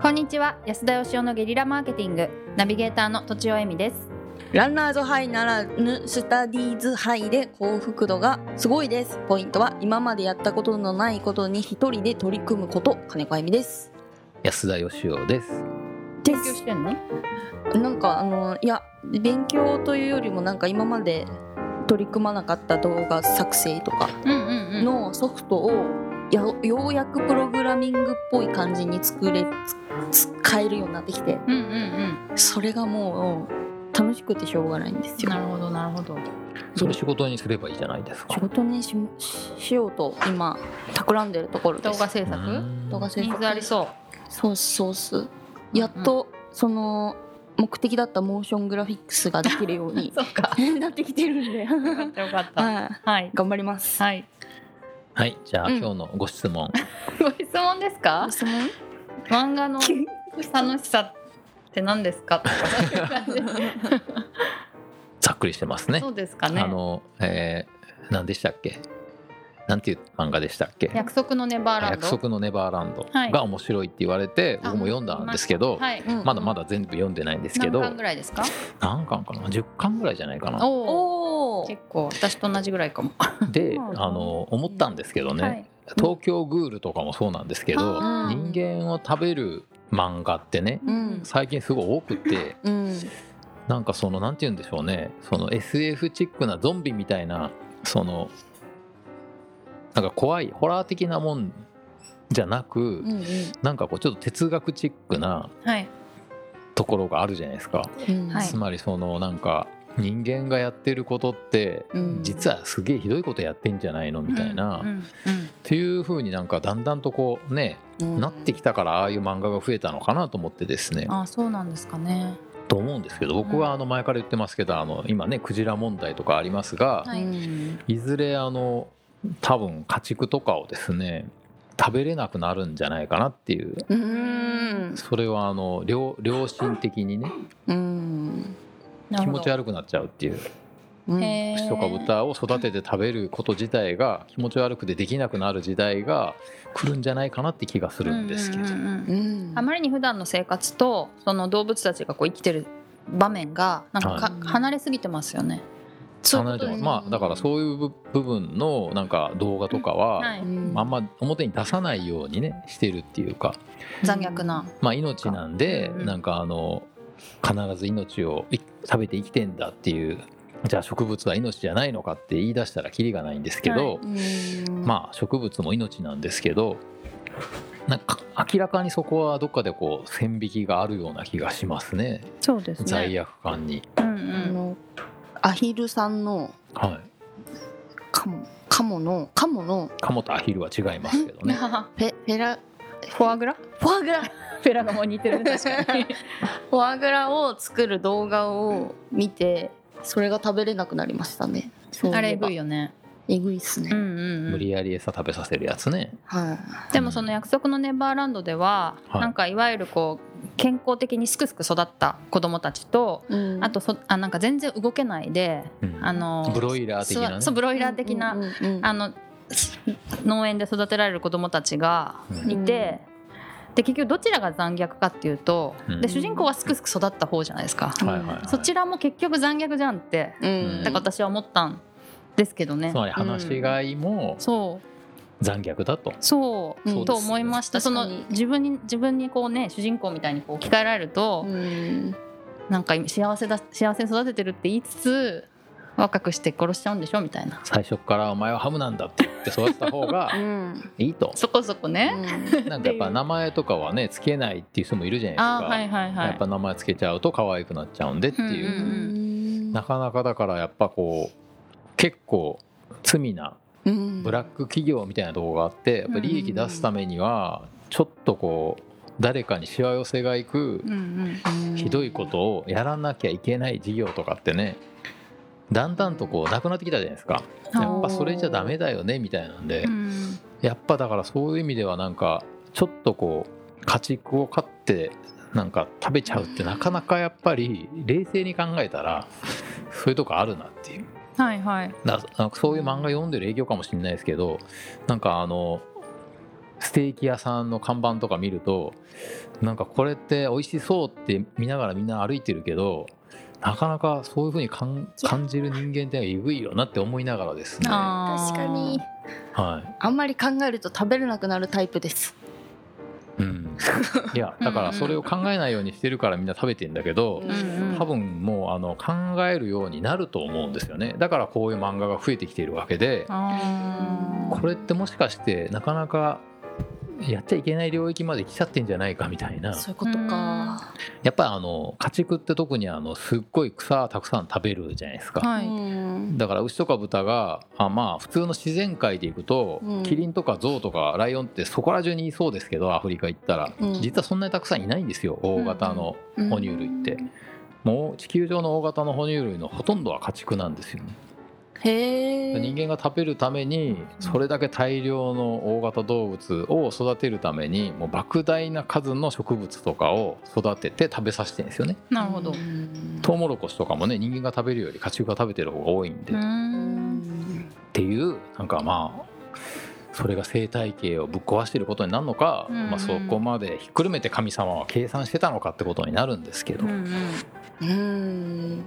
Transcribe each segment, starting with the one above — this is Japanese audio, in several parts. こんにちは安田義雄のゲリラマーケティングナビゲーターのとちおえみですランナーズハイならぬスタディーズハイで幸福度がすごいです。ポイントは今までやったことのないことに一人で取り組むこと、金子あゆみです。安田義雄です。で勉強してんのなんかあの、いや、勉強というよりもなんか今まで取り組まなかった動画作成とかうんうんうんのソフトをやようやくプログラミングっぽい感じに作れ、つ使えるようになってきて、うんうんうんそれがもう楽しくてしょうがないんですよな。るほどなるほどそれ仕事にすればいいじゃないですか仕。事にしししようと今企んでるところで動す画制う作ん動画制ニーズあり作そそうっすそうっすやっとその目的だったモーショングラフィックスができるよううに そうか なってきてるんでよかったよかった はいはい頑張りますはいはい、じゃあ、うん今日のご質問。ご質問ですか質問漫画 の楽しさって何です かとかそういう感じざっくりしてます ねそ。うですかねあの、えー、何でしたっけなんていう漫画でしたっけ約束のネバーランド約束のネバーランドはいが面白いって言われて、あ僕も読んだんですけど、はいうんまだまだ全部読んでないんですけ何ど、巻ぐらいですか何巻かな10巻ぐらいじゃないかな。おおおお結構私と同じぐらいかもでまあまああの思ったんですけどね、はい東京グールとかもそうなんですけどあー人間を食べる漫画ってねうん最近すごい多くて。うんなんかそのなんて言うんでしょうねその SF チックなゾンビみたいなそのなんか怖いホラー的なもんじゃなく、うんうんなんかこうちょっと哲学チックなはいところがあるじゃないですか、うんはいつまりそのなんか人間がやってることってうん実はすげえひどいことやってんじゃないのみたいな、うんうっんていう風になんかだんだんとこうね、なってきたからああいう漫画が増えたのかなと思ってですねうんあそうなんですかねと思うんですけど僕はあの前から言ってますけどあの今ねクジラ問題とかありますが、はいうんいずれあの多分家畜とかをですね食べれなくなるんじゃないかなっていううんそれはあの良良心的にねうんな気るほ持どち悪くなっちゃうっていううんへー牛とか豚を育てて食べること自体が気持ち悪くてできなくなる時代が来るんじゃないかなって気がするんですけどうんうんうんうんうんあまりに普段の生活とその動物たちがこう生きてる場面がなんかかはい、離れすぎてますよね。そういう離これとてでまねすすまあだからそういう部部分のなんか動画とかははいうんあんま表に出さないようにねしてるっていうか残虐なまあ、命なんで、うんなんかあの必ず命をい食べて生きてんだっていうじゃあ植物は命じゃないのかって言い出したらキリがないんですけど、うんまあ植物も命なんですけどなんか明らかにそこはどっかでこう線引きがあるような気がしますねそうです罪悪感に。うんうあ んのアヒルさんのはカモカモのカモのい、カモとアヒルは違いますけどね。フェフェラフォアグラフォアグラフェラがもう似てるね 確かにフォアグラを作る動画を見てそれが食べれなくなりましたねそういえばあれえぐいよねえぐいっすね、うんうん、う無ん理、やり餌食べさせるやつね。はい、でもその約束のネバーランドでは、はいなんかいわゆるこう健康的にすくすく育った子供たちとうんあとそあなんか全然動けないでうんあのブロイラー的なね。そうブロイラー的なうんうんうんあのし農園で育てられる子どもたちがうんいて、で結局どちらが残虐かっていうと、うんで主人公はすくすく育った方じゃないですか、はいはいはいそちらも結局残虐じゃんってうんうだんから私は思ったんですけどね、つまり話しがいもそう残虐だと。そう、うんと思いましたそ確かのに自分に自分にこうね主人公みたいにこう置き換えられると、うんなんか今幸せだ幸せに育ててるって言いつつ若くして殺しちゃうんでしょみたいな最初からお前はハムなんだって言って育てた方う がんいいとそこそこね、なんかやっぱ名前とかはねつけないっていう人もいるじゃないですあか、あはいはいはやっぱい名前つけちゃうと可愛くなっちゃうんでっていう、うんうんうんなかなかだからやっぱこう結構罪なうんブラック企業みたいなとこがあってやっぱ利益出すためにはちょっとこう誰かにしわ寄せがいくうんうんうんひどいことをやらなきゃいけない事業とかってねだんだんとこうなくなってきたじゃないですかやっぱそれじゃダメだよねみたいなんで、うんやっぱだからそういう意味ではなんかちょっとこう家畜を飼ってなんか食べちゃうってなかなかやっぱり冷静に考えたらそういうとこあるなっていうはいはいだからなんかそういう漫画読んでる影響かもしれないですけどなんかあのステーキ屋さんの看板とか見るとなんかこれって美味しそうって見ながらみんな歩いてるけどなかなかそういうふうに感感じる人間ってえぐいよなって思いながらですね。はあー確かにいあんまり考えると食べれなくなるタイプですうん、いやだからそれを考えないようにしてるからみんな食べてんだけどうんうん多分もうあの考えるようになると思うんですよねだからこういう漫画が増えてきているわけであーこれってもしかしてなかなかやっちゃいけない領域まで来ちゃってんじゃないかみたいなそういうことかやっぱりあの家畜って特にあのすっごい草たくさん食べるじゃないですか、はういんだから牛とか豚があまあ普通の自然界でいくと、うんキリンとかゾウとかライオンってそこら中にいそうですけどアフリカ行ったら、うん実はそんなにたくさんいないんですよ大型の哺乳類って、もう地球上の大型の哺乳類のほとんどは家畜なんですよねへえ人間が食べるためにそれだけ大量の大型動物を育てるためにもう莫大な数の植物とかを育てて食べさせてるんですよねなるほどトウモロコシとかもね人間が食べるより家畜が食べてる方が多いんで、うっんていうなんかまあそれが生態系をぶっ壊してることになるのか、うんうんまあ、そこまでひっくるめて神様は計算してたのかってことになるんですけど、うんうん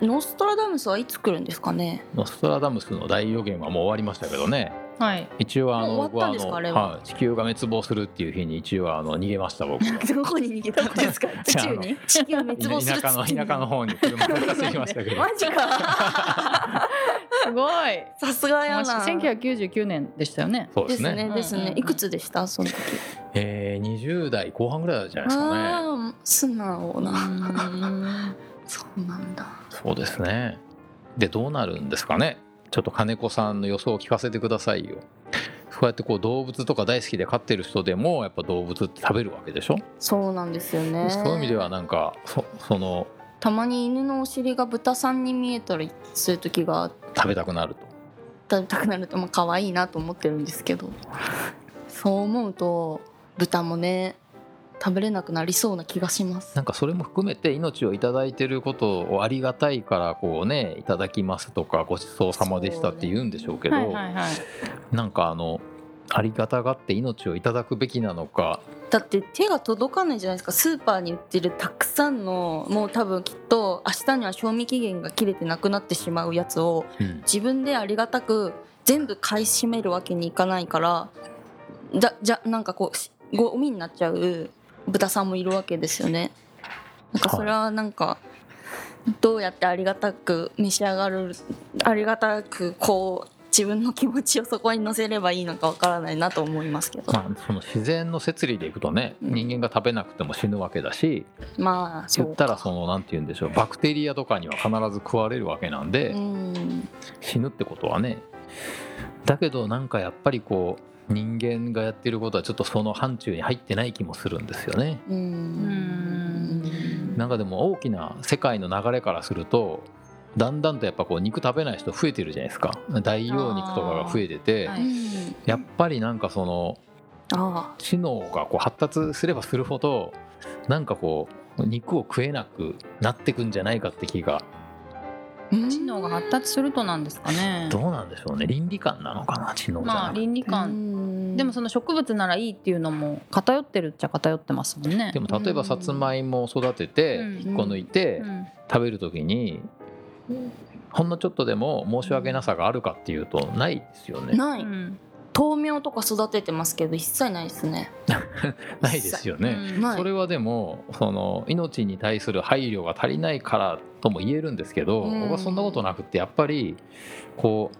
ノストラダムスはいつ来るんですかねノストラダムスの大予言はもう終わりましたけどねはい一応あもうの終わったんですか僕はああれの、ははい、地球が滅亡するっていう日に一応あの逃げました僕は。 どこに逃げたんです か地球に地球 滅亡する田 舎の田舎の方方に車を出してきまし たけどマジかすごいさすがやな1999年でしたよねそうでですすねねですうんうんねうんいくつでしたその時えー、20代後半ぐらいじゃないですかねああ素直なうんそうなんだそうですねでどうなるんですかねちょっと金子さんの予想を聞かせてくださいよそうやってこう動物とか大好きで飼ってる人でもやっぱ動物って食べるわけでしょ、そうなんですよねそういう意味ではなんかそそのたまに犬のお尻が豚さんに見えたりする時が食べたくなると食べたくなるとまあ可愛いなと思ってるんですけどそう思うと豚もね食べれなくなりそうな気がしますなんかそれも含めて命をいただいてることをありがたいからこうねいただきますとかごちそうさまでしたって言うんでしょうけど、はいはいはいなんかあのありがたがって命をいただくべきなのかだって手が届かないじゃないですかスーパーに売ってるたくさんのもう多分きっと明日には賞味期限が切れてなくなってしまうやつをうん自分でありがたく全部買い占めるわけにいかないからだじゃなんかこうしゴミになっちゃう豚さんもいるわけですよねなんかそれはなんかどうやってありがたく召し上がるありがたくこう自分の気持ちをそこに乗せればいいのかわからないなと思いますけどまあ、その自然の摂理でいくとねうん人間が食べなくても死ぬわけだしまあそ言うったらその何て言うんでしょうバクテリアとかには必ず食われるわけなんでうん死ぬってことはねだけどなんかやっぱりこう人間がやってることはちょっとその範疇に入ってない気もするんですよね。うんんなんかでも大きな世界の流れからするとだんだんとやっぱこう肉食べない人増えてるじゃないですか代用肉とかが増えてて、あーはういんやっぱりなんかそのあ知能がこう発達すればするほどなんかこう肉を食えなくなってくんじゃないかって気があ知能が発達するとなんですかねどうなんでしょうね倫理観なのかな知能じゃまあなくて倫理観ででもその植物ならいいっていうのも偏ってるっちゃ偏ってますもんねでも例えばさつまいもを育ててうん1個抜いてうん食べる時にほんのちょっとでも申し訳なさがあるかっていうとないですよね。ない、うん豆苗とか育ててますけど一切ないですね。ないですようね。んないそれはでもその命に対する配慮が足りないからとも言えるんですけど、うん僕はそんなことなくってやっぱりこう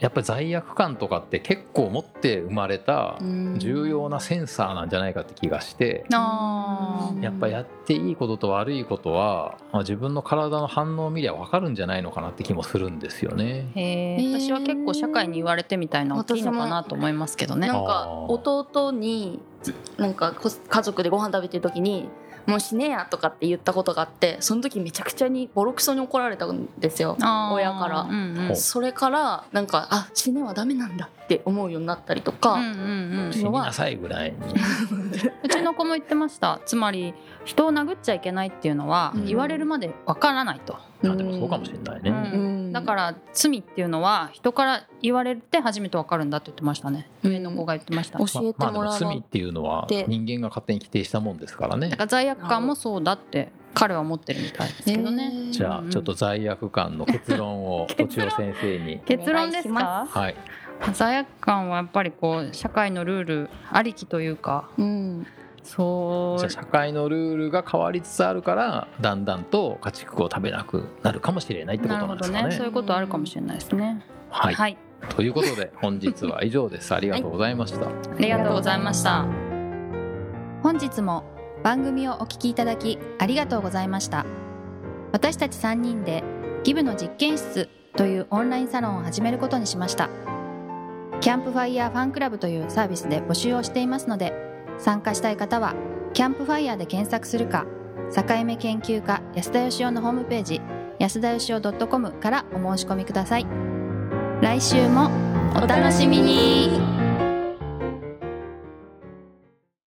やっぱり罪悪感とかって結構持って生まれた重要なセンサーなんじゃないかって気がして、あうーんやっぱやっていいことと悪いことはまあ自分の体の反応を見りゃ分かるんじゃないのかなって気もするんですよね。へへーー私は結構社会に言われてみたいな大きいのかなと思いますけどねなもんかあー弟になんかこ家族でご飯食べてる時に「もう死ねや」とかって言ったことがあってその時めちゃくちゃにボロクソに怒られたんですよあー親から。うんうんほうそれからなんか「あ死ねはダメなんだ」って思うようになったりとうか、んうんうん死になさいぐらいに、うちの子も言ってましたつまり人を殴っちゃいけないっていうのはうん言われるまでわからないと、あでもそうかもしれないね。うんうんだから罪っていうのは人から言われて初めて分かるんだって言ってましたねうん上の子が言ってました、教えてまあ、もらまあわでもな罪っいていうのはで人間が勝手に規定したもんですからねだから罪悪感もそうだって彼は思ってるみたいですけどね、えーじゃあちょっと罪悪感の結論を 結論土尾先生に結論ですお願かはい罪悪感はやっぱりこう社会のルールありきというかうんそじゃあう社会のルールが変わりつつあるからだんだんと家畜を食べなくなるかもしれないってことなるなほんでどすかねねそういうことあるかもしれないですねはい、はい、ということで本日は以上ですありがとうございました、ありがとうございました本日も番組をお聞きいただきありがとうございました私たち3人でギブの実験室というオンラインサロンを始めることにしましたキャンプファイヤーファンクラブというサービスで募集をしていますので参加したい方はキャンプファイヤーで検索するか境目研究家安田義雄のホームページ安田義雄 .com からお申し込みください来週もお楽しみに